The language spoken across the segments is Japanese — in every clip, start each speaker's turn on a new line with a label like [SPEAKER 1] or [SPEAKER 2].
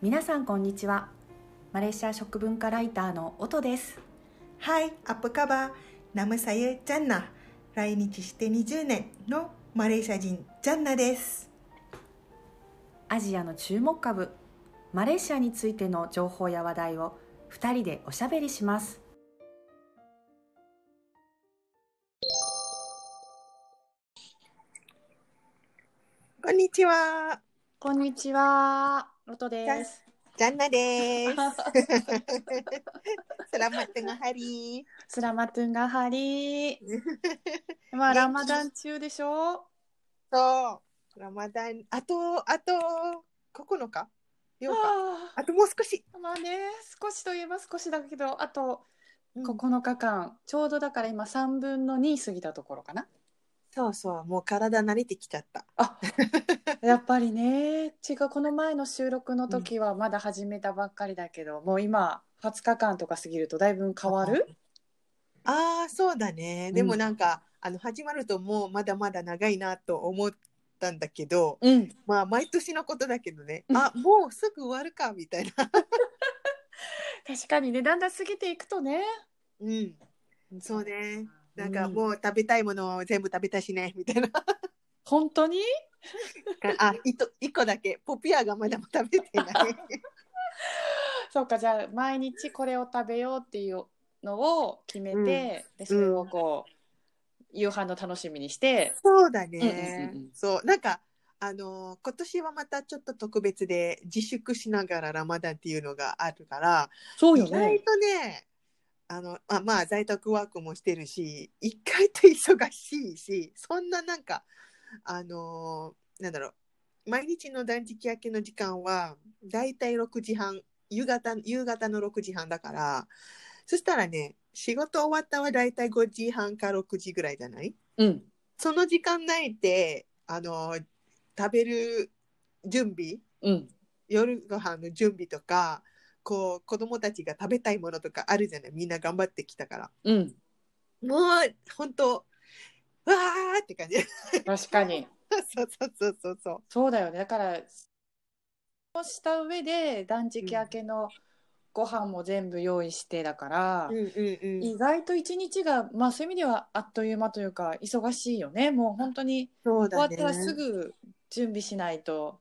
[SPEAKER 1] 皆さんこんにちはマレーシア食文化ライターの音です
[SPEAKER 2] Hi, apa khabar? Nama saya Janna. 来日して20年のマレーシア人ジャンナです。
[SPEAKER 1] アジアの注目株マレーシアについての情報や話題を2人でおしゃべりします
[SPEAKER 2] こんにちは。
[SPEAKER 1] こんにちは音です
[SPEAKER 2] ジャンナ です。スラマットのハリー。
[SPEAKER 1] スラマトゥンガハリーまあ
[SPEAKER 2] 元気
[SPEAKER 1] ラマダン中でしょ
[SPEAKER 2] そう。ラマダン、あと、あと、9日 ?8 日
[SPEAKER 1] あ
[SPEAKER 2] あともう少し。
[SPEAKER 1] ーまあね少しといえば少しだけどあと
[SPEAKER 2] うん
[SPEAKER 1] 9日間、ちょうどだから今3分の2過ぎたところかな
[SPEAKER 2] そうそう、もう体慣れてきちゃった。
[SPEAKER 1] あやっぱりね違うこの前の収録の時はまだ始めたばっかりだけど、もう今20日間とか過ぎるとだいぶ変わる
[SPEAKER 2] ああ、そうだね。でもなんか、あの、始まるともうまだまだ長いなと思ったんだけど、
[SPEAKER 1] うん
[SPEAKER 2] まあ、毎年のことだけどね。あ、もうすぐ終わるか、みたいな。
[SPEAKER 1] 確かにねだんだん過ぎていくとね
[SPEAKER 2] うん。そうね。なんかもう食べたいものを全部食べたしね、みたいな。
[SPEAKER 1] 本当に
[SPEAKER 2] あ、いと一個だけ。ポピアがまだ食べてない。
[SPEAKER 1] そうかじゃあ毎日これを食べようっていうのを決めて、
[SPEAKER 2] うん
[SPEAKER 1] でそれをこう、夕飯の楽しみにして
[SPEAKER 2] そうだね。
[SPEAKER 1] うんうんうんうん
[SPEAKER 2] そう。なんか、あのー今年はまたちょっと特別で自粛しながらラマダンっていうのがあるから、
[SPEAKER 1] そう
[SPEAKER 2] 意外とね、あの、あまあ在宅ワークもしてるし、意外と忙しいし、そんななんか、あのーなんだろう、毎日の断食明けの時間は、だいたい6時半、夕方、夕方の6時半だから、そしたらね、仕事終わったはだいたい5時半か6時ぐらいじゃない
[SPEAKER 1] うん
[SPEAKER 2] その時間内で、あの、食べる準備、
[SPEAKER 1] うん
[SPEAKER 2] 夜ご飯の準備とか、こう、子供たちが食べたいものとかあるじゃないみんな頑張ってきたから。
[SPEAKER 1] うん
[SPEAKER 2] もう、本当うわーって感じ。
[SPEAKER 1] 確かに
[SPEAKER 2] そうそうそうそうそう。
[SPEAKER 1] そうだよねだからそうした上で断食明けのご飯も全部用意してだから、
[SPEAKER 2] うんうんうん
[SPEAKER 1] 意。外と一日がまあそういう意味ではあっという間というか忙しいよねもう本当に
[SPEAKER 2] そう
[SPEAKER 1] 終わ
[SPEAKER 2] だ
[SPEAKER 1] っ
[SPEAKER 2] ね
[SPEAKER 1] た。らすぐ準備しないと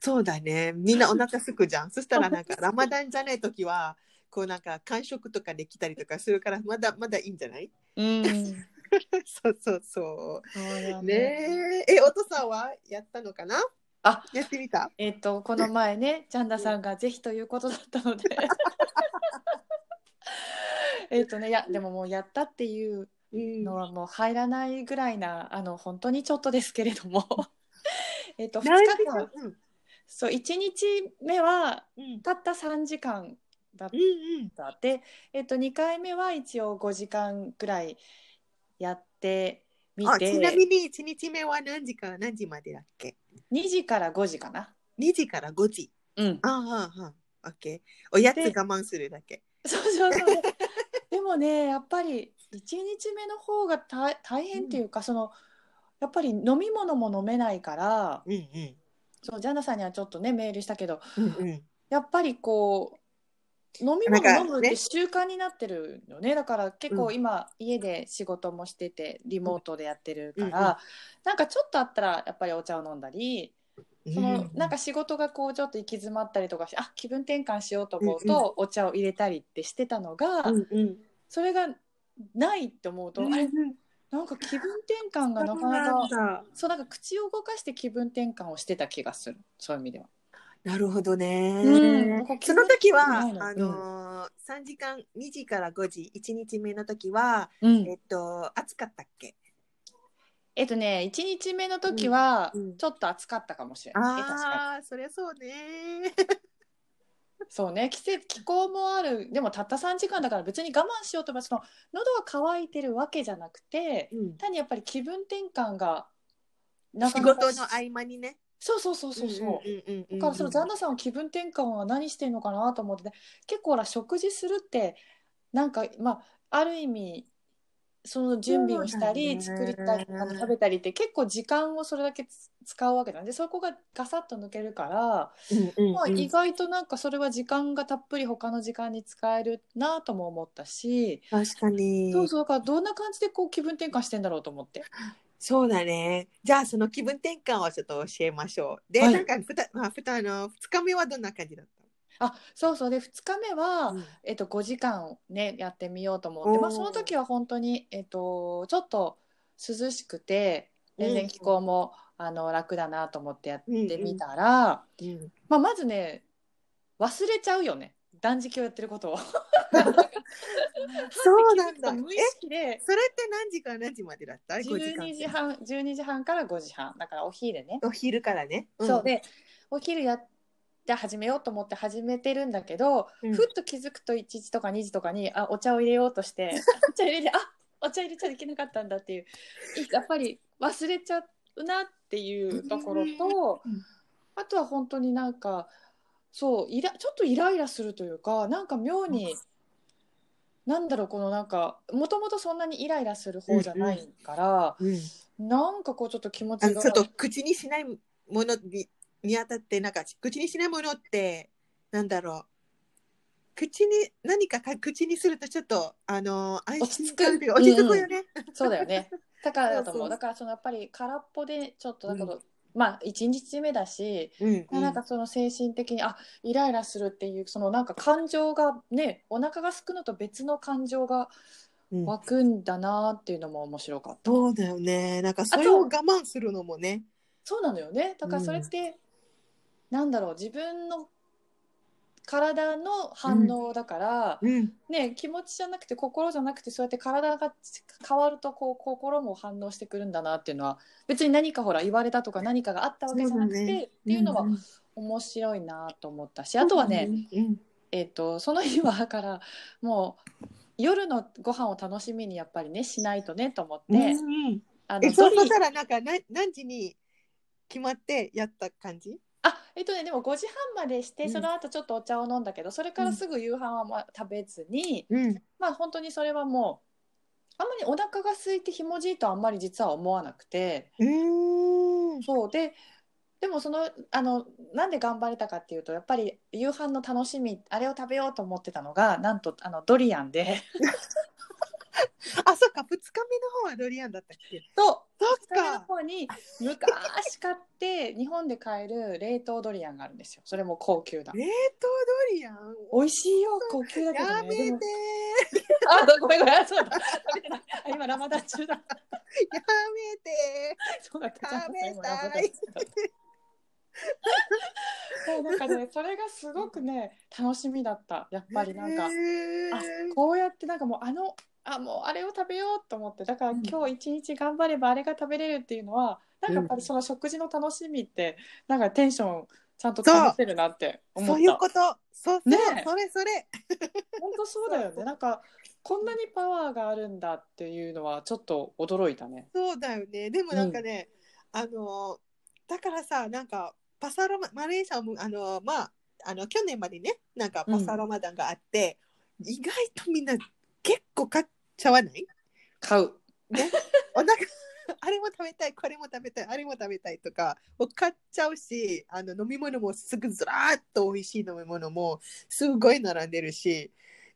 [SPEAKER 2] そうだね。みんなお腹すくじ ゃん。そしたらなんか、ラマダンじゃない時は、こうなんか、間食とかできたりとかするから、まだまだいいんじゃない
[SPEAKER 1] うん
[SPEAKER 2] そうそうそう。
[SPEAKER 1] そうだ
[SPEAKER 2] ねえ、え、お父さんはやったのかな
[SPEAKER 1] あ
[SPEAKER 2] やってみた
[SPEAKER 1] えっ、とこの前ねジャンダさんがぜひということだったので えっとねいやでももうやったっていう
[SPEAKER 2] うん
[SPEAKER 1] のはもう入らないぐらいなあの本当にちょっとですけれども えっと2
[SPEAKER 2] 何
[SPEAKER 1] 日
[SPEAKER 2] 時
[SPEAKER 1] 間
[SPEAKER 2] 間うん
[SPEAKER 1] そう1日目は
[SPEAKER 2] うん
[SPEAKER 1] たった3時間だっ
[SPEAKER 2] うん
[SPEAKER 1] たで、えっと、2回目は一応5時間ぐらいやってみ
[SPEAKER 2] あちなみ
[SPEAKER 1] て
[SPEAKER 2] に1日目は何時から何時までだっけ
[SPEAKER 1] 2時から5時かな。
[SPEAKER 2] ?2 時から5時。
[SPEAKER 1] うん、
[SPEAKER 2] ああ、ああ、オッケー。おやつ我慢するだけ。
[SPEAKER 1] そうそうそうでもねやっぱり1日目の方が大大変っていうか、そのやっぱり飲み物も飲めないから、
[SPEAKER 2] うんうん。
[SPEAKER 1] そうジャンナさんにはちょっとねメールしたけど
[SPEAKER 2] うんうん
[SPEAKER 1] やっぱりこう飲み
[SPEAKER 2] な
[SPEAKER 1] 物
[SPEAKER 2] んか
[SPEAKER 1] 飲むっ
[SPEAKER 2] ね
[SPEAKER 1] て習慣になってるよねだから結
[SPEAKER 2] う
[SPEAKER 1] 構
[SPEAKER 2] ん
[SPEAKER 1] 今家で仕事もしててリモートでやってるから、
[SPEAKER 2] うんうん
[SPEAKER 1] なんかちょっとあったらやっぱりお茶を飲んだり
[SPEAKER 2] うん。
[SPEAKER 1] そのなんか仕事がこうちょっと行き詰まったりとかしてあ気分転換しようと思うとお茶を入れたりってしてたのが、
[SPEAKER 2] うんうん、
[SPEAKER 1] それがないって思うと、あれなんか気分転換がなかなか
[SPEAKER 2] か。
[SPEAKER 1] そうなんか口を動かして気分転換をしてた気がするそういう意味では。
[SPEAKER 2] なるほどね。
[SPEAKER 1] うん
[SPEAKER 2] その時は、
[SPEAKER 1] ないの
[SPEAKER 2] あのー、3時間、2時から5時、1日目の時は、
[SPEAKER 1] うん
[SPEAKER 2] えっと、暑かったっけ
[SPEAKER 1] えっとね、1日目の時は
[SPEAKER 2] うんうん
[SPEAKER 1] ちょっと暑かったかもしれない、確か
[SPEAKER 2] ああ、そりゃそうね。
[SPEAKER 1] にそうね季節気候もあるでもたった3時間だから別に我慢しようと思えばその喉は渇いてるわけじゃなくて
[SPEAKER 2] うん
[SPEAKER 1] 単にやっぱり気分転換がな
[SPEAKER 2] 仕
[SPEAKER 1] かなか
[SPEAKER 2] 事の合間にね。
[SPEAKER 1] そうそうそうそうそう,、
[SPEAKER 2] うんうんうんうん
[SPEAKER 1] だからその旦那さんは気分転換は何してんのかなと思ってて結構ほら食事するってなんかまあある意味その準備をしたり、
[SPEAKER 2] そう
[SPEAKER 1] 作
[SPEAKER 2] だね
[SPEAKER 1] りたいもの食べたりって結構時間をそれだけつ使うわけなんでそこがガサッと抜けるから、
[SPEAKER 2] うんうん
[SPEAKER 1] まあ、意外となんかそれは時間がたっぷり他の時間に使えるなとも思ったし、
[SPEAKER 2] 確かに
[SPEAKER 1] そうそうだからどんな感じでこう気分転換してんだろうと思って。
[SPEAKER 2] そうだね。じゃあその気分転換をちょっと教えましょう。で、
[SPEAKER 1] はい
[SPEAKER 2] なんかふた、まあ、ふたあの二日目はどんな感じだっ
[SPEAKER 1] あそうそうで2日目は、
[SPEAKER 2] た？うん
[SPEAKER 1] えっと、5時間をねやってみようと思って、まあ、
[SPEAKER 2] おー
[SPEAKER 1] その時は本当に、えっと、ちょっと涼しくて
[SPEAKER 2] うん
[SPEAKER 1] 全然気候も、あの楽だなと思ってやってみたら、
[SPEAKER 2] うん
[SPEAKER 1] まあ、まずね忘れちゃうよね断食をやってることを。
[SPEAKER 2] そうなんだ。え、
[SPEAKER 1] 無意識で
[SPEAKER 2] それって何時から何時までだった？5時間。
[SPEAKER 1] 12時半12時半から5時半だからお昼ね。
[SPEAKER 2] お昼からね。ん
[SPEAKER 1] そう。でお昼やって始めようと思って始めてるんだけど、
[SPEAKER 2] うん
[SPEAKER 1] ふっと気づくと1時とか2時とかにあお茶を入れようとして お茶入れてあお茶入れちゃいけなかったんだっていうやっぱり忘れちゃうなっていうところと、
[SPEAKER 2] うん
[SPEAKER 1] あとは本当になんかそうイラちょっとイライラするというかなんか妙に。なんだろうこのなんかもともとそんなにイライラする方じゃないから、
[SPEAKER 2] うん。
[SPEAKER 1] なんかこうちょっと気持
[SPEAKER 2] あ
[SPEAKER 1] ち
[SPEAKER 2] の
[SPEAKER 1] が
[SPEAKER 2] ちょっと口にしないものににあたってなんか口にしないものってなんだろう。口に何かか口にするとちょっとあの安心感という
[SPEAKER 1] 落
[SPEAKER 2] か落
[SPEAKER 1] ち着
[SPEAKER 2] ち着
[SPEAKER 1] く
[SPEAKER 2] くよね。
[SPEAKER 1] そうだよ ね。だからだと思。
[SPEAKER 2] そううそう
[SPEAKER 1] だからそのやっぱり空っぽでちょっとだけど、まあ一日目だし、
[SPEAKER 2] うんう
[SPEAKER 1] なんかその精神的にあイライラするっていうそのなんか感情がねお腹がすくのと別の感情が
[SPEAKER 2] うん
[SPEAKER 1] 湧くんだなっていうのも面白かった。
[SPEAKER 2] そうだよね。なんかそれ
[SPEAKER 1] あと
[SPEAKER 2] を我慢するのもね。
[SPEAKER 1] そうなのよね。だからそれって、なんだろう自分の体の反応だから、
[SPEAKER 2] うん。
[SPEAKER 1] ね、気持ちじゃなくて心じゃなくてそうやって体が変わるとこう心も反応してくるんだなっていうのは別に何かほら言われたとか何かがあったわけじゃなくて、
[SPEAKER 2] そうだね
[SPEAKER 1] っていうのは面白いなと思ったしあとはね、、
[SPEAKER 2] うん、
[SPEAKER 1] えっとその日はだからもう夜のご飯を楽しみにやっぱりねしないとねと思って、
[SPEAKER 2] うん
[SPEAKER 1] あ
[SPEAKER 2] え
[SPEAKER 1] の
[SPEAKER 2] そ
[SPEAKER 1] ド
[SPEAKER 2] う
[SPEAKER 1] リ
[SPEAKER 2] したらなんか何何時に決まってやった感じ？
[SPEAKER 1] あえっとねでも5時半までして
[SPEAKER 2] うん
[SPEAKER 1] その後ちょっとお茶を飲んだけどそれからすぐ夕飯はまあ食べずに。
[SPEAKER 2] うん。
[SPEAKER 1] まあ本当にそれはもうあんまりお腹が空いてひもじいとはあんまり実は思わなくて
[SPEAKER 2] うん。
[SPEAKER 1] そうででもそのあのなんで頑張れたかっていうとやっぱり夕飯の楽しみあれを食べようと思ってたのがなんとあのドリアンで
[SPEAKER 2] あそっか二日目の方はドリアンだったっけ？
[SPEAKER 1] と
[SPEAKER 2] そっ
[SPEAKER 1] 下の
[SPEAKER 2] か。
[SPEAKER 1] 方に昔買って日本で買える冷凍ドリアンがあるんですよそれも高級だ
[SPEAKER 2] 冷凍ドリアン。
[SPEAKER 1] 美味しいよ高級だけど
[SPEAKER 2] や
[SPEAKER 1] ね
[SPEAKER 2] めて
[SPEAKER 1] で
[SPEAKER 2] や
[SPEAKER 1] もあごめんごめんそうだ食べてないあ今ラマダン中だ
[SPEAKER 2] めて
[SPEAKER 1] そうだった
[SPEAKER 2] 食べ
[SPEAKER 1] ラマ
[SPEAKER 2] た
[SPEAKER 1] ダン
[SPEAKER 2] い。
[SPEAKER 1] そうなんかねそれがすごくね楽しみだったやっぱりなんか、
[SPEAKER 2] へー
[SPEAKER 1] あこうやってなんかもうあのあもうあれを食べようと思ってだから
[SPEAKER 2] うん
[SPEAKER 1] 今日一日頑張ればあれが食べれるっていうのはなんかやっぱりその食事の楽しみってなんかテンションちゃんと保てるなって思った
[SPEAKER 2] そういうこと。そうそう。
[SPEAKER 1] ねえ
[SPEAKER 2] それそれ。
[SPEAKER 1] 本当そうだよねなんかこんなにパワーがあるんだっていうのはちょっと驚いたね
[SPEAKER 2] そうだよね。でもなんかね、あのだからさ、なんかパサロママレーシアもあのまああの去年までね、なんかパサロマダンがあって、意外とみんな結構買っちゃわない？
[SPEAKER 1] 買う
[SPEAKER 2] お腹 あれも食べたい、これも食べたい、あれも食べたいとか、を買っちゃうし、あの飲み物もすぐずらーっと美味しい飲み物もすごい並んでるし、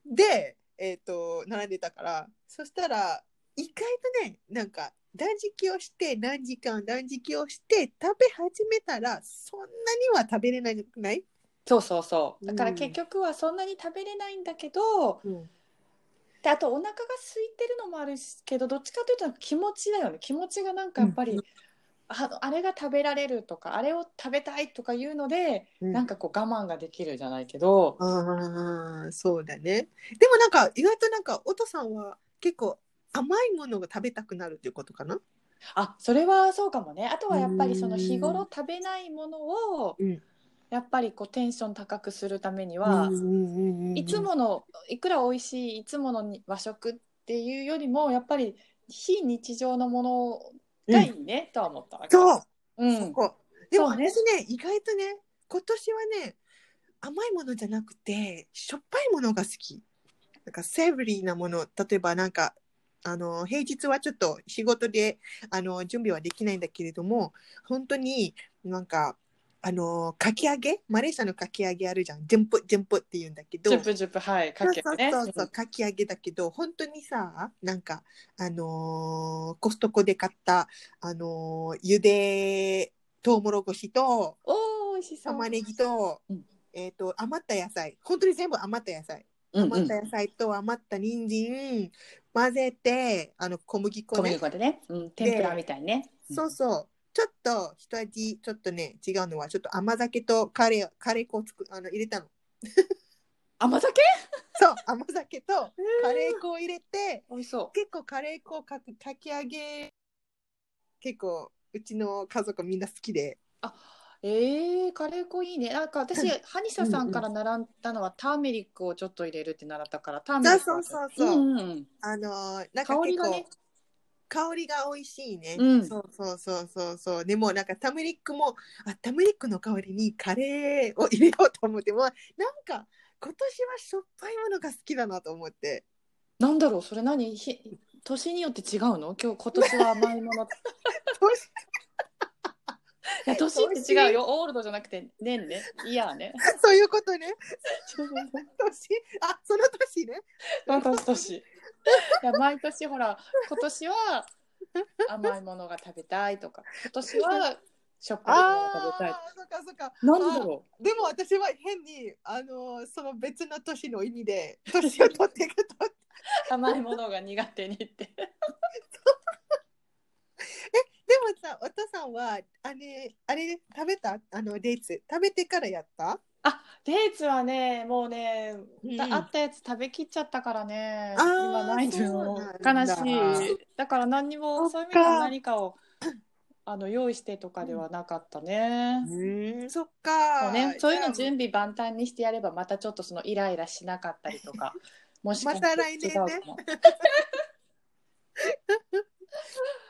[SPEAKER 2] で、えっ、と、並んでたから、そしたら、意外とね、なんか、断食をして、何時間断食をして、食べ始めたら、そんなには食べれなくない、
[SPEAKER 1] そうそうそうだから
[SPEAKER 2] うん
[SPEAKER 1] 結局はそんなに食べれないんだけど、であとお腹が空いてるのもあるけどどっちかというと気持ちだよね気持ちがなんかやっぱり、
[SPEAKER 2] うん
[SPEAKER 1] あのあれが食べられるとかあれを食べたいとかいうので、
[SPEAKER 2] うん
[SPEAKER 1] なんかこう我慢ができるじゃないけど、
[SPEAKER 2] ああ、そうだね。でもなんか、意外となんか、おとさんは結構甘いものが食べたくなるっていうことかな
[SPEAKER 1] あそれはそうかもねあとはやっぱりその
[SPEAKER 2] うん
[SPEAKER 1] 日頃食べないものを、
[SPEAKER 2] うん
[SPEAKER 1] やっぱりこうテンション高くするためには、い
[SPEAKER 2] い
[SPEAKER 1] つものいくら美味しいいつものに和食っていうよりもやっぱり非日常のものがいいね、とは思ったわけ
[SPEAKER 2] そう、
[SPEAKER 1] う
[SPEAKER 2] そ
[SPEAKER 1] ん、
[SPEAKER 2] こでも
[SPEAKER 1] そうね
[SPEAKER 2] 私ね意外とね今年はね甘いものじゃなくてしょっぱいものが好きなんかセーブリーなもの例えばなんかあの平日はちょっと仕事であの準備はできないんだけれども本当になんかあのかき揚げマレーシアのかき揚げあるじゃんジェンプジェンプって言うんだけど
[SPEAKER 1] ジュプジュプはいかけ
[SPEAKER 2] そう
[SPEAKER 1] ね
[SPEAKER 2] そうそうかき揚げだけど本当にさなんかあのーコストコで買ったあのーゆでとうもろこしと
[SPEAKER 1] おお美味しそう
[SPEAKER 2] 玉ねぎと,、
[SPEAKER 1] うん
[SPEAKER 2] えー、と余った野菜本当に全部余った野菜
[SPEAKER 1] うんう
[SPEAKER 2] 余っ
[SPEAKER 1] ん
[SPEAKER 2] た野菜と余った人参混ぜてあの小麦粉
[SPEAKER 1] 小麦
[SPEAKER 2] ね
[SPEAKER 1] 粉でね、うん、天ぷらみたいにね
[SPEAKER 2] そうそうちょっと一味ちょっとね違うのはちょっと甘酒とカレーカレー粉をつくあの入れたの
[SPEAKER 1] 甘酒
[SPEAKER 2] そう甘酒とカレー粉を入れて
[SPEAKER 1] 美味しそ
[SPEAKER 2] 結構カレー粉かくかき揚げ結構うちの家族みんな好きで
[SPEAKER 1] うえー、カレー粉いいねなんか私ハニサさんから習ったのはターメリックをちょっと入れるって習ったからターメリック
[SPEAKER 2] そうそうそうそう
[SPEAKER 1] うんうん
[SPEAKER 2] あのーなんか
[SPEAKER 1] 香り
[SPEAKER 2] 結
[SPEAKER 1] が
[SPEAKER 2] 構
[SPEAKER 1] ね
[SPEAKER 2] 香りが美味しいね、
[SPEAKER 1] うん
[SPEAKER 2] そうそうそうそうそうでもなんかタムリックもあタムリックの香りにカレーを入れようと思ってもうなんか今年はしょっぱいものが好きだなと思って
[SPEAKER 1] なんだろうそれ何ひ年によって違うの今日今年は甘いもの いや年って違うよオールドじゃなくて年ねイヤー ね
[SPEAKER 2] そういうことね年あその年ね
[SPEAKER 1] 私年いや毎年ほら今年は甘いものが食べたいとか今年はしょっぱいものが食べたい
[SPEAKER 2] あーそっかそっか
[SPEAKER 1] なんだろ
[SPEAKER 2] でも私は変にあのーその別の年の意味で 年を取っていくと
[SPEAKER 1] う甘いものが苦手にって
[SPEAKER 2] でもさ、お父さんは、あれ、あれ、食べたあの、デーツ。食べてからやった
[SPEAKER 1] あデーツはねもうね、
[SPEAKER 2] うん
[SPEAKER 1] あったやつ食べきっちゃったからね
[SPEAKER 2] あー
[SPEAKER 1] 今ないの
[SPEAKER 2] そう
[SPEAKER 1] よ
[SPEAKER 2] なん
[SPEAKER 1] 悲
[SPEAKER 2] だ
[SPEAKER 1] しいだから何にも
[SPEAKER 2] そ
[SPEAKER 1] そ
[SPEAKER 2] っ
[SPEAKER 1] ういう意味で
[SPEAKER 2] か
[SPEAKER 1] は何かをあの用意してとかではなかったね、
[SPEAKER 2] うん、そっか
[SPEAKER 1] そうね、そういうの
[SPEAKER 2] じゃ
[SPEAKER 1] 準備万端にしてやればまたちょっとそのイライラしなかったりと かもしかし
[SPEAKER 2] また
[SPEAKER 1] て
[SPEAKER 2] 来
[SPEAKER 1] 違
[SPEAKER 2] 年
[SPEAKER 1] う
[SPEAKER 2] ね
[SPEAKER 1] かも、
[SPEAKER 2] あ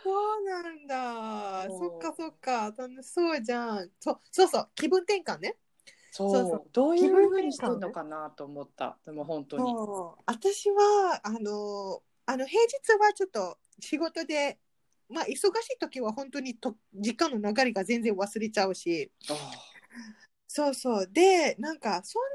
[SPEAKER 2] そうなんだ。
[SPEAKER 1] そう
[SPEAKER 2] そっかそっか。楽しそうじゃん。そうそうそう。気分転換ね。
[SPEAKER 1] そう
[SPEAKER 2] そうそう
[SPEAKER 1] どういうふうにしてんのかなと思ったでも本当に
[SPEAKER 2] そう。私は、あの、あの、平日はちょっと仕事で、まあ、忙しい時は本当にと時間の流れが全然忘れちゃうし。
[SPEAKER 1] あ
[SPEAKER 2] そうそう。で、なんか、そんな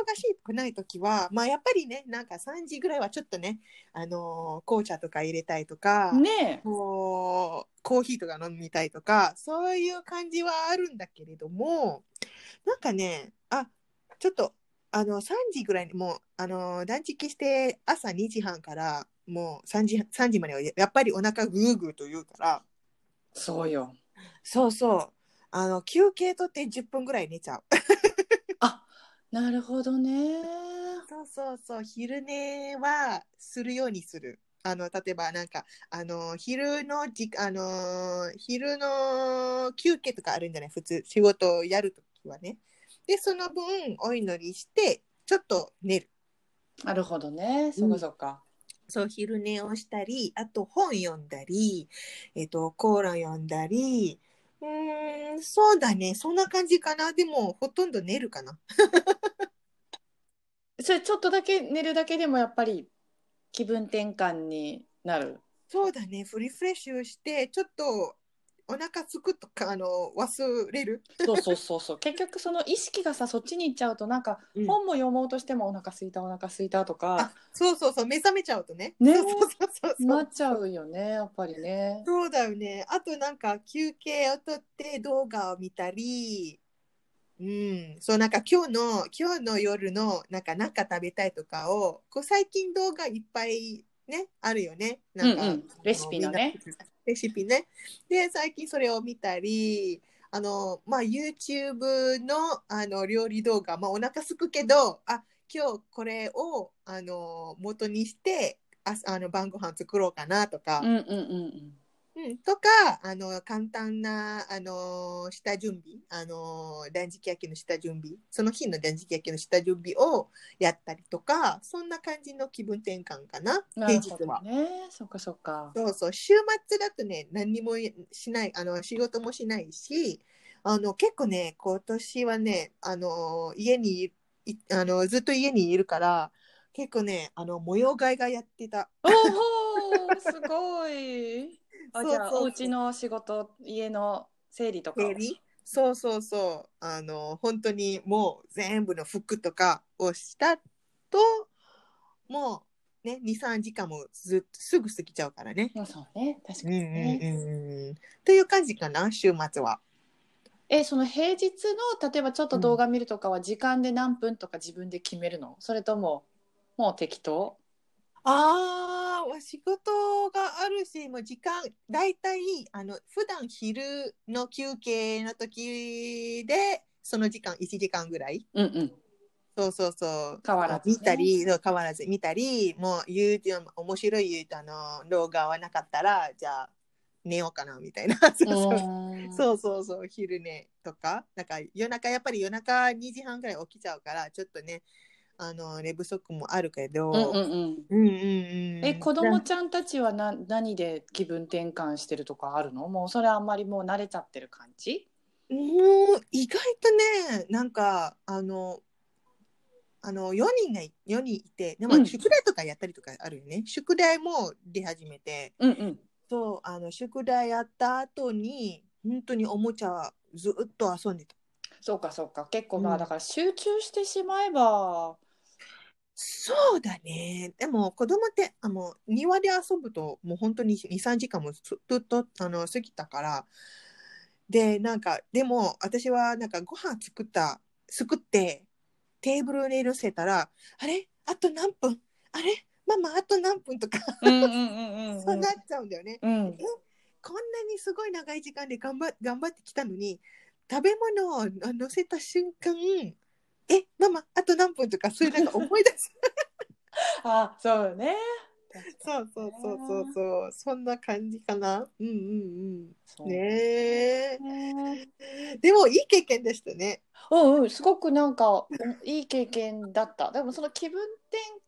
[SPEAKER 2] に忙しくないときは、まあ、やっぱりね、なんか3時ぐらいはちょっとね、あのー紅茶とか入れたいとか、
[SPEAKER 1] ーねえ
[SPEAKER 2] こう、コーヒーとか飲みたいとか、そういう感じはあるんだけれども、なんかね、あ、ちょっと、あの、3時ぐらいに、もう、あのー断食して、朝2時半から、もう3時、3時までは、やっぱりお腹グーグーというから、
[SPEAKER 1] そうよ
[SPEAKER 2] そうそう、あの、休憩とって10分ぐらい寝ちゃう。
[SPEAKER 1] あなるほどね
[SPEAKER 2] そうそうそう昼寝はするようにする。あの例えばなんかあの昼のじあの昼の休憩とかあるんじゃない普通仕事をやるときはね。でその分お祈りしてちょっと寝る。
[SPEAKER 1] なるほどねそこそこか、
[SPEAKER 2] そう昼寝をしたりあと本読んだり、えっとコーラ読んだりうーんそうだねそんな感じかなでもほとんど寝るかな。
[SPEAKER 1] それちょっとだけ寝るだけでもやっぱり気分転換になる
[SPEAKER 2] そうだね、フリフレッシュして、ちょっとお腹すくとか、あの、忘れる。
[SPEAKER 1] そうそうそう そう結局その意識がさそっちに行っちゃうとなんか
[SPEAKER 2] うん
[SPEAKER 1] 本も読もうとしてもお腹すいたお腹すいたと
[SPEAKER 2] あ
[SPEAKER 1] か、
[SPEAKER 2] そうそうそう、目覚めちゃうとね。
[SPEAKER 1] ね
[SPEAKER 2] そうそうそうそうそう。
[SPEAKER 1] なっちゃうよねやっぱりね
[SPEAKER 2] そうだよね。あとなんか休憩をとって動画を見たり、うん、そうなんか今日の、今日の夜のなんかなんか食べたいとかを、こう最近動画いっぱいね、あるよね。なんか、
[SPEAKER 1] うんうんレシピのね
[SPEAKER 2] みんな。レシピね。で、最近それを見たり、あの、まあ、YouTube の、あの、料理動画、まあ、お腹すくけど、あ、今日これを、あの、元にして、あ、あの、晩ご飯作ろうかなとか
[SPEAKER 1] う、んうんうん
[SPEAKER 2] うん、とか、あの、簡単な、あの、下準備、あの、断食焼きの下準備、その日の断食焼きの下準備をやったりとか、そんな感じの気分転換かな、
[SPEAKER 1] うんな
[SPEAKER 2] 平
[SPEAKER 1] る
[SPEAKER 2] 日
[SPEAKER 1] ほど
[SPEAKER 2] は。
[SPEAKER 1] ねそっかそっ か
[SPEAKER 2] そうそう、週末だとね、何にもしない、あの、仕事もしないし、あの、結構ね、今年はね、あの、家にい、いあの、ずっと家にいるから、結構ね、あの、模様替えがやってた。
[SPEAKER 1] おおすごい。あじゃあ
[SPEAKER 2] そうそうそう
[SPEAKER 1] お家の仕事家の整理とか。
[SPEAKER 2] 整理そうそうそうあの本当にもう全部の服とかをしたともうね23時間もずっとすぐ過ぎちゃうからね。
[SPEAKER 1] まあそうね確
[SPEAKER 2] う
[SPEAKER 1] か
[SPEAKER 2] んう
[SPEAKER 1] に
[SPEAKER 2] ん
[SPEAKER 1] ね。
[SPEAKER 2] うんうんという感じかな週末は。
[SPEAKER 1] えその平日の例えばちょっと動画見るとかは時間で何分とか自分で決めるの、それとももう適当
[SPEAKER 2] ああ仕事があるしもう時間だいたいあの普段昼の休憩の時でその時間1時間ぐらい
[SPEAKER 1] うんうん
[SPEAKER 2] そうそうそう
[SPEAKER 1] 変わらずね
[SPEAKER 2] 見たりそう変わらず見たりもう YouTube 面白いあの動画はなかったらじゃあ寝ようかなみたいな そう そうそうそうそう昼寝とかなんか夜中やっぱり夜中2時半ぐらい起きちゃうからちょっとねあの寝不足もあるけど、
[SPEAKER 1] うんうんうん
[SPEAKER 2] うんうんうん
[SPEAKER 1] え子供ちゃんたちはな何で気分転換してるとかあるのもうそれあんまりもう慣れちゃってる感じ
[SPEAKER 2] もう意外とねなんかあのあの4人が4人いてで
[SPEAKER 1] う
[SPEAKER 2] も
[SPEAKER 1] ん
[SPEAKER 2] 宿題とかやったりとかあるよね、宿題も出始めて
[SPEAKER 1] うんうん
[SPEAKER 2] そうあの宿題やった後に本当におもちゃずっと遊んでた
[SPEAKER 1] そうかそうか結構ま
[SPEAKER 2] う
[SPEAKER 1] あ
[SPEAKER 2] ん
[SPEAKER 1] だから集中してしまえば、
[SPEAKER 2] そうだねでも子供ってあの庭で遊ぶともう本当に23時間もずっとあの過ぎたからでなんかでも私はなんかご飯作った作ってテーブルに乗せたらあれあと何分あれママあと何分とか
[SPEAKER 1] うん、うんうんうんうん
[SPEAKER 2] そうなっちゃうんだよね、
[SPEAKER 1] うん
[SPEAKER 2] こんなにすごい長い時間で頑張頑張ってきたのに食べ物を乗せた瞬間えママあと何分とかそういうなん か思い出す
[SPEAKER 1] あそうね
[SPEAKER 2] そうそうそうそうそう、そんな感じかな。うんうん
[SPEAKER 1] そ
[SPEAKER 2] うん。
[SPEAKER 1] う
[SPEAKER 2] ねえ。
[SPEAKER 1] ね
[SPEAKER 2] でもいい経験でしたね。
[SPEAKER 1] うんうんすごくなんかうんいい経験だったでもその気分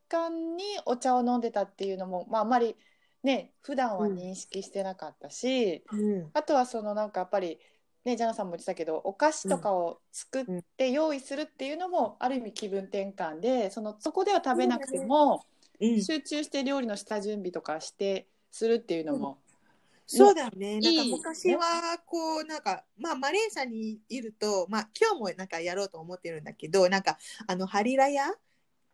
[SPEAKER 1] 転換にお茶を飲んでたっていうのも、まあ、あまりね普段は認識してなかったし、
[SPEAKER 2] うん。
[SPEAKER 1] あとはそのなんかやっぱりねジャナさんも言ってたけどお菓子とかを作って用意するっていうのもある意味気分転換でそのそこでは食べなくても
[SPEAKER 2] うん、
[SPEAKER 1] 集中して料理の下準備とかしてするっていうのも、
[SPEAKER 2] そうだよね。なんか
[SPEAKER 1] いい
[SPEAKER 2] 昔はこうなんかまあマレーシアにいるとまあ今日もなんかやろうと思ってるんだけどなんかあのハリラヤ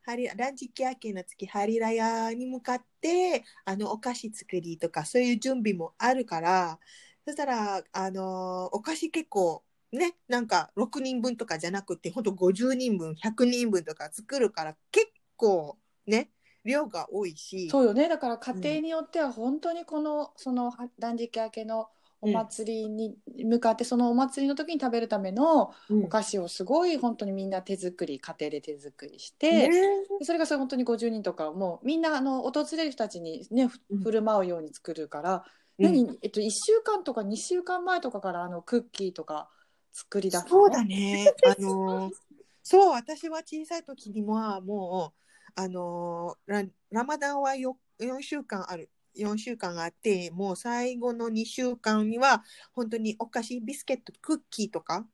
[SPEAKER 2] ハリランチキア系の月ハリラヤに向かってあのお菓子作りとかそういう準備もあるからそしたらあのお菓子結構ねなんか6人分とかじゃなくてほんと50人分100人分とか作るから結構ね量が多いし。
[SPEAKER 1] そうよねだから家庭によっては本当にこのその断食明けのお祭りに向かってそのお祭りの時に食べるための
[SPEAKER 2] うん
[SPEAKER 1] お菓子をすごい本当にみんな手作り家庭で手作りして。
[SPEAKER 2] ね
[SPEAKER 1] でそれがそれ本当に50人とかもうみんなあの訪れる人たちにねふ
[SPEAKER 2] うん
[SPEAKER 1] 振る舞うように作るから、
[SPEAKER 2] うん
[SPEAKER 1] 何、えっと、1週間とか2週間前とかからあのクッキーとか作り出すの
[SPEAKER 2] そうだね。あのー そう私は小さい時にはもうあのーララマダンはよ4週間ある4週間あってもう最後の2週間には本当にお菓子ビスケットクッキーとか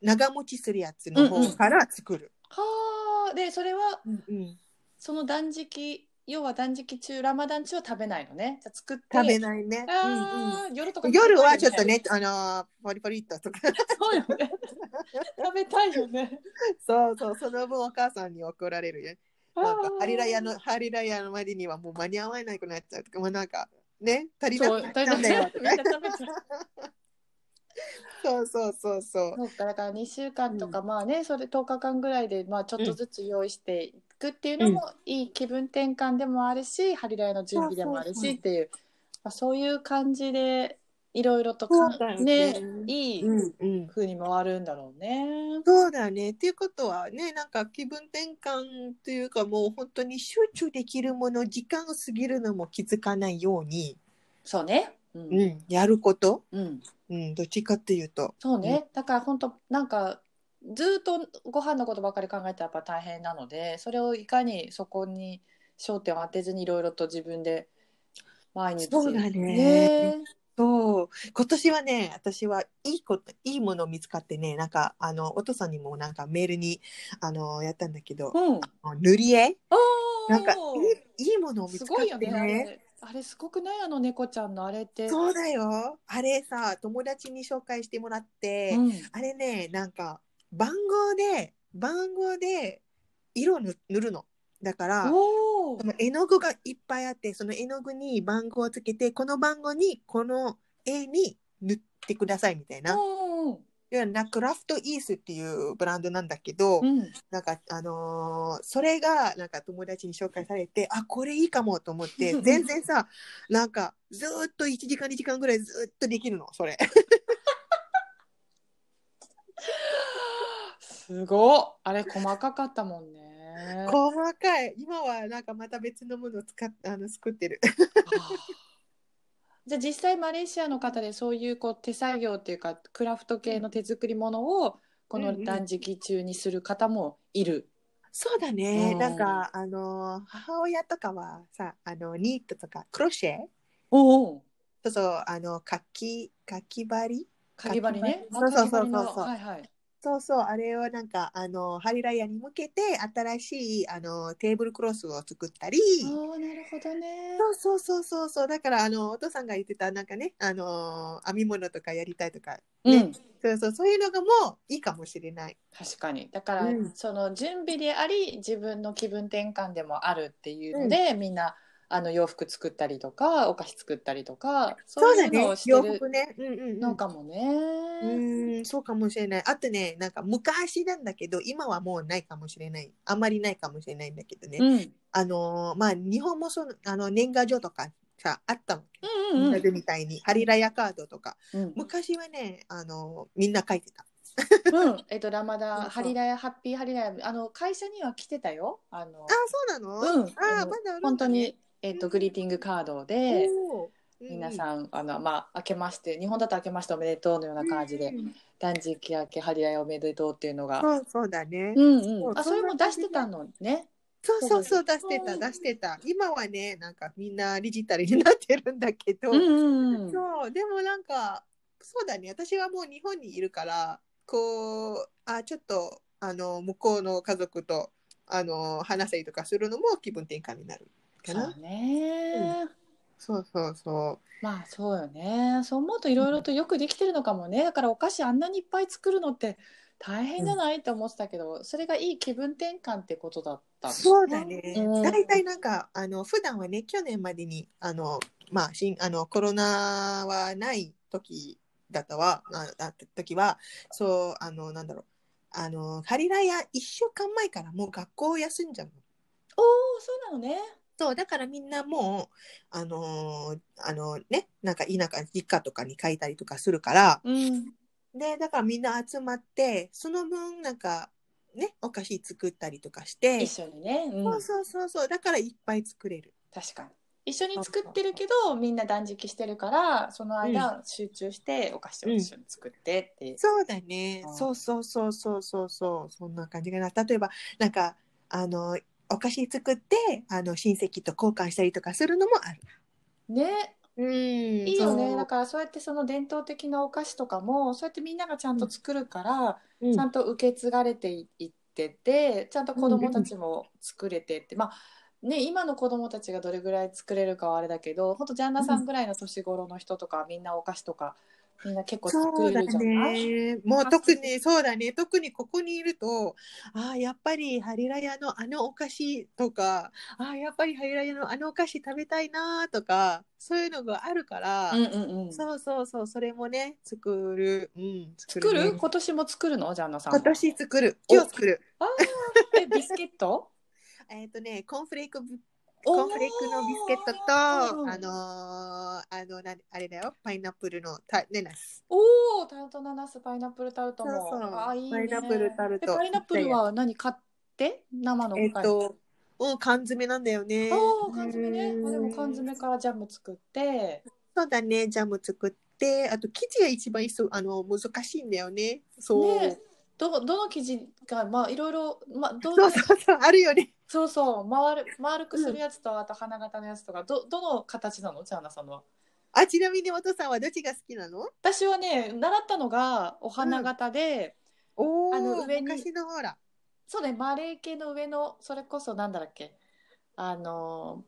[SPEAKER 2] 長持ちするやつの
[SPEAKER 1] うんう
[SPEAKER 2] 方
[SPEAKER 1] ん
[SPEAKER 2] から作る。
[SPEAKER 1] はあでそれは
[SPEAKER 2] うんうん
[SPEAKER 1] その断食要は断食中ラマダン中は食べないのねじゃあ作って
[SPEAKER 2] 食べないね。
[SPEAKER 1] あー、夜と
[SPEAKER 2] う
[SPEAKER 1] か
[SPEAKER 2] んうん
[SPEAKER 1] 食べたいよ
[SPEAKER 2] 夜はちょっとね、あのーポリポリっととか
[SPEAKER 1] そうよね食べたいよね
[SPEAKER 2] そうそうその分お母さんに怒られるよなん
[SPEAKER 1] あ
[SPEAKER 2] か
[SPEAKER 1] ー
[SPEAKER 2] ハリラヤのハリラヤのまでにはもう間に合わなくなっちゃうとかもうなんかね足りな
[SPEAKER 1] そう
[SPEAKER 2] くなっちゃうんだよとか
[SPEAKER 1] みんな食べちゃう
[SPEAKER 2] そうそうそうそう
[SPEAKER 1] そうかだから2週間とか、まあねそれ10日間ぐらいで、まあ、ちょっとずつ用意していくっていうのも、いい気分転換でもあるし張り替えの準備でもある
[SPEAKER 2] そうそう
[SPEAKER 1] し
[SPEAKER 2] そう
[SPEAKER 1] っていうまあ、そういう感じでいろいろと
[SPEAKER 2] そうだよね
[SPEAKER 1] ねいい
[SPEAKER 2] うんうん
[SPEAKER 1] 風に回るんだろうね。
[SPEAKER 2] そうだねっていうことはねなんか気分転換というかもう本当に集中できるもの時間を過ぎるのも気づかないように、
[SPEAKER 1] そうね、うん
[SPEAKER 2] うん、やること、
[SPEAKER 1] うん
[SPEAKER 2] うん、どっちかっていうと
[SPEAKER 1] そうね、だから本当なんかずっとご飯のことばかり考えてやっぱ大変なのでそれをいかにそこに焦点を当てずにいろいろと自分で毎日
[SPEAKER 2] そうだね
[SPEAKER 1] ね
[SPEAKER 2] そう今年はね私はいいこといいもの見つかってねなんかあのお父さんにもなんかメールにあのやったんだけど
[SPEAKER 1] うん。
[SPEAKER 2] あの塗り絵なんかいいいいものを見
[SPEAKER 1] す
[SPEAKER 2] つか
[SPEAKER 1] ご
[SPEAKER 2] っ
[SPEAKER 1] いよ
[SPEAKER 2] て
[SPEAKER 1] ねあ
[SPEAKER 2] ね。
[SPEAKER 1] れあれすごくないあの猫ちゃんのあれって
[SPEAKER 2] そうだよ。あれさ、友達に紹介してもらって、
[SPEAKER 1] うん
[SPEAKER 2] あれね、なんか、番号で、番号で色塗塗るの。だから、
[SPEAKER 1] お
[SPEAKER 2] そ
[SPEAKER 1] ー
[SPEAKER 2] の絵の具がいっぱいあって、その絵の具に番号をつけて、この番号に、この絵に塗ってくださいみたいな。要はな、クラフトイースっていうブランドなんだけど、
[SPEAKER 1] うんうん
[SPEAKER 2] なんか、あのーそれが、なんか友達に紹介され て、あ、これいいかもと思 って、全然さ、なんか、ずーっと1時間、2時間ぐらいずーっとできるの、それ。
[SPEAKER 1] すごっあれ細かかったもんね
[SPEAKER 2] 細かい。今は、なんかまた別のものを使っ、あの、作ってる。
[SPEAKER 1] じゃあ実際マレーシアの方でそういうこう手作業っていうかクラフト系の手作りものをこ
[SPEAKER 2] うんう
[SPEAKER 1] の
[SPEAKER 2] ん
[SPEAKER 1] 断食中にする方もいる。
[SPEAKER 2] そうだね。
[SPEAKER 1] うん
[SPEAKER 2] なんか、あのー母親とかはさ、あの、ニットとか、クロシェ
[SPEAKER 1] おお。
[SPEAKER 2] そうそう、あの、かき、かき針
[SPEAKER 1] かぎ針ね。
[SPEAKER 2] かぎ針そうそうそう
[SPEAKER 1] か
[SPEAKER 2] そう
[SPEAKER 1] ぎ針のはいはい。
[SPEAKER 2] そうそう、あれをなんか、あの、ハリラヤに向けて、新しい、あの、テーブルクロスを作ったり、
[SPEAKER 1] ああなるほどね。
[SPEAKER 2] そうそうそうそうそうだからあのお父さんが言ってたなんかねあのー編み物とかやりたいとか
[SPEAKER 1] うん。
[SPEAKER 2] そうそうそういうのがもういいかもしれない。
[SPEAKER 1] 確かに。だから、
[SPEAKER 2] うん
[SPEAKER 1] その準備であり自分の気分転換でもあるっていうので、みんなあの洋服作ったりとかお菓子作ったりとかそういうのをして
[SPEAKER 2] 洋
[SPEAKER 1] る
[SPEAKER 2] 服ね。うんうん、うん。
[SPEAKER 1] のかもね。
[SPEAKER 2] うーんそうかもしれない。あとねなんか昔なんだけど今はもうないかもしれないあまりないかもしれないんだけどね、
[SPEAKER 1] うん。
[SPEAKER 2] あのーまあ日本もそうあの年賀状とかさあったもん。
[SPEAKER 1] うんうんうん
[SPEAKER 2] 年賀状みたいにハリラヤカードとか
[SPEAKER 1] うん。
[SPEAKER 2] 昔はねあのーみんな書いてた。
[SPEAKER 1] うん、 えっと、ラマ
[SPEAKER 2] そう
[SPEAKER 1] ダ
[SPEAKER 2] そ、う
[SPEAKER 1] ハリラヤ、ハッピーハリラヤ、あの、会社には来てたよ。あの
[SPEAKER 2] あ、そうな
[SPEAKER 1] う
[SPEAKER 2] の、
[SPEAKER 1] ん
[SPEAKER 2] あ
[SPEAKER 1] あ
[SPEAKER 2] ー
[SPEAKER 1] の
[SPEAKER 2] まだあるんだね
[SPEAKER 1] 本当に、えっと、グリーティングカードで、
[SPEAKER 2] おーう
[SPEAKER 1] 皆
[SPEAKER 2] ん
[SPEAKER 1] さん、あの、まあ、明けまして、日本だと明けましておめでとうのような感じで
[SPEAKER 2] う、ん
[SPEAKER 1] 断食明け、ハリラヤおめでとうっていうのが、
[SPEAKER 2] そうそうだね。
[SPEAKER 1] うん
[SPEAKER 2] そ
[SPEAKER 1] うん。
[SPEAKER 2] う
[SPEAKER 1] あ、それも
[SPEAKER 2] そん
[SPEAKER 1] 出
[SPEAKER 2] な感
[SPEAKER 1] し
[SPEAKER 2] じ
[SPEAKER 1] てたのね。
[SPEAKER 2] そうそうそう出
[SPEAKER 1] そう
[SPEAKER 2] して
[SPEAKER 1] う
[SPEAKER 2] た
[SPEAKER 1] ん
[SPEAKER 2] 出してた。今はねなんかみんなデジタルになってるんだけど、
[SPEAKER 1] うんうんうん。
[SPEAKER 2] そうでもなんかそうだね私はもう日本にいるからこうあちょっとあの向こうの家族とあの話したりとかするのも気分転換になるか
[SPEAKER 1] そ
[SPEAKER 2] な。
[SPEAKER 1] うね。
[SPEAKER 2] そうそうそ
[SPEAKER 1] まあ、そうよね。そう思うと、いろいろとよくできてるのかもね。だから、お菓子あんなにいっぱい作るのって。大変じゃないって思ってたけど、それがいい気分転換ってことだった
[SPEAKER 2] う。
[SPEAKER 1] の
[SPEAKER 2] そうだね。
[SPEAKER 1] うん
[SPEAKER 2] 大体なんかあの普段はね去年までにあのまあ新あのコロナはない時だったわあだった時はそうあのなんだろうあのハリラヤ一週間前からもう学校を休んじゃうの。
[SPEAKER 1] おお、そうなのね。
[SPEAKER 2] そうだからみんなもうあのーあのねなんか田舎実家とかに書いたりとかするから
[SPEAKER 1] うん。
[SPEAKER 2] でだからみんな集まってその分なんかねお菓子作ったりとかして
[SPEAKER 1] 一緒にね。うん
[SPEAKER 2] そうそうそうそうだからいっぱい作れる。
[SPEAKER 1] 確かに。一緒に作ってるけど、みんな断食してるから、その間、集中してお菓子を一緒に作ってっていう。
[SPEAKER 2] そうだね
[SPEAKER 1] うん。
[SPEAKER 2] そうそうそうそうそうそう。そんな感じかな。例えば、なんか、あの、お菓子作って、あの、親戚と交換したりとかするのもある。
[SPEAKER 1] ね、
[SPEAKER 2] うん。
[SPEAKER 1] いいよね。だから、そうやってその伝統的なお菓子とかも、そうやってみんながちゃんと作るから、ちゃんと受け継がれていってて、ちゃんと子供たちも作れてって、まあ。ね、今の子供たちがどれぐらい作れるかはあれだけど、本当ジャンナさんぐらいの年頃の人とか、みんなお菓子とか、みんな結構作
[SPEAKER 2] そ
[SPEAKER 1] れ
[SPEAKER 2] うだ
[SPEAKER 1] るじゃない、
[SPEAKER 2] ね。もう特に、そうだね。特にここにいると、ああ、やっぱりハリラヤのあのお菓子とか、ああ、やっぱりハリラヤのあのお菓子食べたいなとか、そういうのがあるから、
[SPEAKER 1] うんうんうん。
[SPEAKER 2] そうそうそう、それもね、作る。うん、
[SPEAKER 1] 作
[SPEAKER 2] ね
[SPEAKER 1] る今年も作るのジャンナさんは
[SPEAKER 2] 今年作る。今日作る。
[SPEAKER 1] あーえビスケッ ト
[SPEAKER 2] えっ、とね、コーンフレークぶ、
[SPEAKER 1] おー
[SPEAKER 2] コーンフレークのビスケットと、
[SPEAKER 1] うん
[SPEAKER 2] あのーあの、なあれだよ、パイナップルのタレナス。
[SPEAKER 1] おおタルトナナスパイナップルタルトも
[SPEAKER 2] そうそう
[SPEAKER 1] あーいい、ね、
[SPEAKER 2] パイナップルタルト
[SPEAKER 1] えパイナップルは何買って生の
[SPEAKER 2] えっ、
[SPEAKER 1] 買い
[SPEAKER 2] と、うん、缶詰なんだよね。
[SPEAKER 1] ああ缶詰ね
[SPEAKER 2] うん
[SPEAKER 1] あでも缶詰からジャム作って
[SPEAKER 2] そうだね、ジャム作って、あと生地が一番いそう、あの、難しいんだよね。そう。
[SPEAKER 1] ねどどの生地がまあいろいろまあどう
[SPEAKER 2] そうそうそう、あるよね。
[SPEAKER 1] そうそう丸る丸くするやつとあと花形のやつとかどどの形なのジャンナさんのは
[SPEAKER 2] あ、ちなみにお父さんはどっちが好きなの
[SPEAKER 1] 私はね習ったのがお花形で、
[SPEAKER 2] お
[SPEAKER 1] あ
[SPEAKER 2] あ
[SPEAKER 1] の
[SPEAKER 2] の、
[SPEAKER 1] 上に
[SPEAKER 2] 昔のほら。
[SPEAKER 1] そうね、マレー系の上の、それこそなんだっけ。あの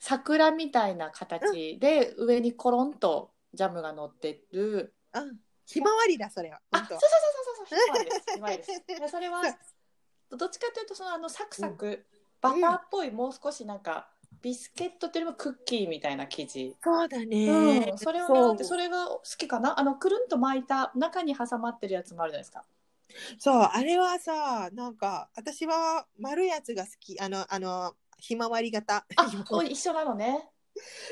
[SPEAKER 1] 桜みたいな形で上にコロンとジャムが乗ってる。
[SPEAKER 2] あひまわりだそれは
[SPEAKER 1] あ、
[SPEAKER 2] 本
[SPEAKER 1] そう
[SPEAKER 2] 当
[SPEAKER 1] そうそうそうそう、ひまわりです。ひまわりです。でそれは
[SPEAKER 2] そう
[SPEAKER 1] どっちかというとそのあのサクサクバターっぽいもう少しなんかビスケットというよりもクッキーみたいな生地。
[SPEAKER 2] そうだね、
[SPEAKER 1] うん、それを
[SPEAKER 2] そう
[SPEAKER 1] 狙ってそれが好きかなあのくるんと巻いた中に挟まってるやつもあるじゃないですか
[SPEAKER 2] そうあれはさなんか私は丸いやつが好きあのあのひまわり型
[SPEAKER 1] あお一緒なのね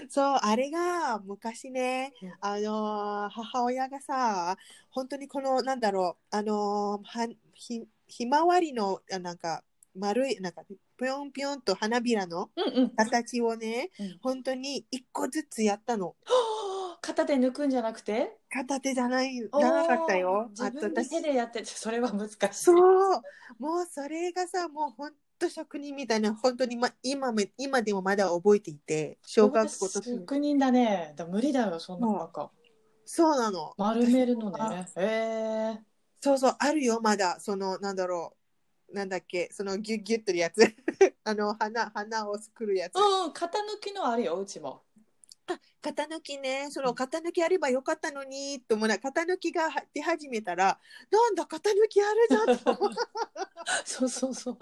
[SPEAKER 2] そうあれが昔ね
[SPEAKER 1] うん
[SPEAKER 2] あのー母親がさ本当にこのなんだろうあのーはひひまわりのあなんか丸いなんかぴょんぴょんと花びらの
[SPEAKER 1] うんうん
[SPEAKER 2] 形をね、
[SPEAKER 1] うん
[SPEAKER 2] 本当に一個ずつやったの
[SPEAKER 1] はあ肩で抜くんじゃなくて
[SPEAKER 2] 片手じゃないなかった
[SPEAKER 1] おー
[SPEAKER 2] よ
[SPEAKER 1] 自分で手でやってそれは難しい
[SPEAKER 2] そう、もうそれがさ、もう本当職人みたいな、本当にま今め今でもまだ覚えていて、小学校と
[SPEAKER 1] 私職人だねだ無理だよそんななんか
[SPEAKER 2] そうなの。
[SPEAKER 1] 丸めるの
[SPEAKER 2] あ
[SPEAKER 1] ねへえ
[SPEAKER 2] そうそう、あるよ、まだ、その、なんだろう、なんだっけ、そのギュッギュッとるやつ、 あの、花、花を作るやつ。
[SPEAKER 1] うん肩抜きのあるようち も
[SPEAKER 2] 型抜きね、その型抜きあればよかったのに、と思うな、型抜きが出始めたら、なんだ、型抜きあるじ ゃんと思う
[SPEAKER 1] そうそうそう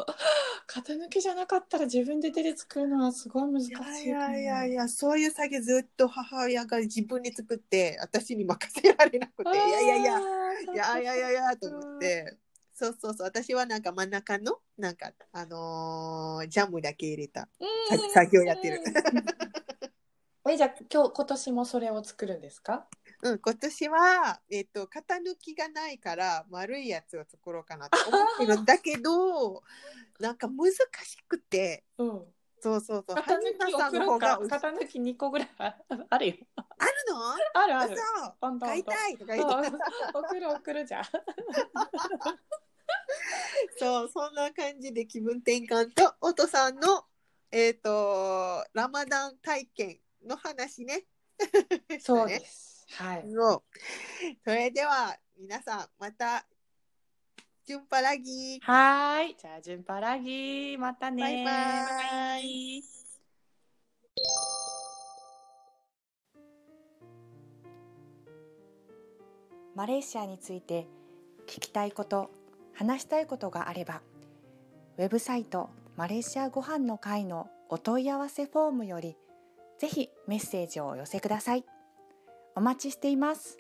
[SPEAKER 1] 肩抜きじゃなかったら自分で手で作るのはすごい難しい
[SPEAKER 2] い
[SPEAKER 1] かも
[SPEAKER 2] やいやいやいや、そういう作業ずっと母親が自分で作って、私に任せられなくて、いやいやいや
[SPEAKER 1] あ。ー
[SPEAKER 2] いやいやいやいやと思って、そうそうそう、私はなんか真ん中の、なんか、あのージャムだけ入れた。
[SPEAKER 1] うん
[SPEAKER 2] さ作業やってる。
[SPEAKER 1] うんえじゃあ今日今年もそれを作るんですか？
[SPEAKER 2] うん、今年は、えっ、と、型抜きがないから、丸いやつを作ろうかなと思ってるんだけど、なんか難しくて、
[SPEAKER 1] うん。
[SPEAKER 2] そうそうそう、
[SPEAKER 1] 型抜き
[SPEAKER 2] 花さん
[SPEAKER 1] 送ろ
[SPEAKER 2] の方
[SPEAKER 1] うか
[SPEAKER 2] が。美味しい
[SPEAKER 1] 型抜き二個ぐらいあるよ。
[SPEAKER 2] あるの
[SPEAKER 1] あるある。
[SPEAKER 2] 嘘
[SPEAKER 1] どんどん
[SPEAKER 2] 買い
[SPEAKER 1] どん
[SPEAKER 2] たいとか
[SPEAKER 1] う
[SPEAKER 2] 言っ
[SPEAKER 1] ん
[SPEAKER 2] て
[SPEAKER 1] 送る送るじゃん。
[SPEAKER 2] そう、そんな感じで気分転換と、おとさんの、えっ、と、ラマダン体験の話ね。
[SPEAKER 1] そう
[SPEAKER 2] ね
[SPEAKER 1] で。す。はい。
[SPEAKER 2] そう。それでは、皆さん、また、ジュンパラギー。
[SPEAKER 1] はーい。じゃあ順パラギーまたね。
[SPEAKER 2] バイバイ
[SPEAKER 1] イ。マレーシアについて聞きたいこと話したいことがあればウェブサイトマレーシアご飯の会のお問い合わせフォームよりぜひメッセージをお寄せくださいお待ちしています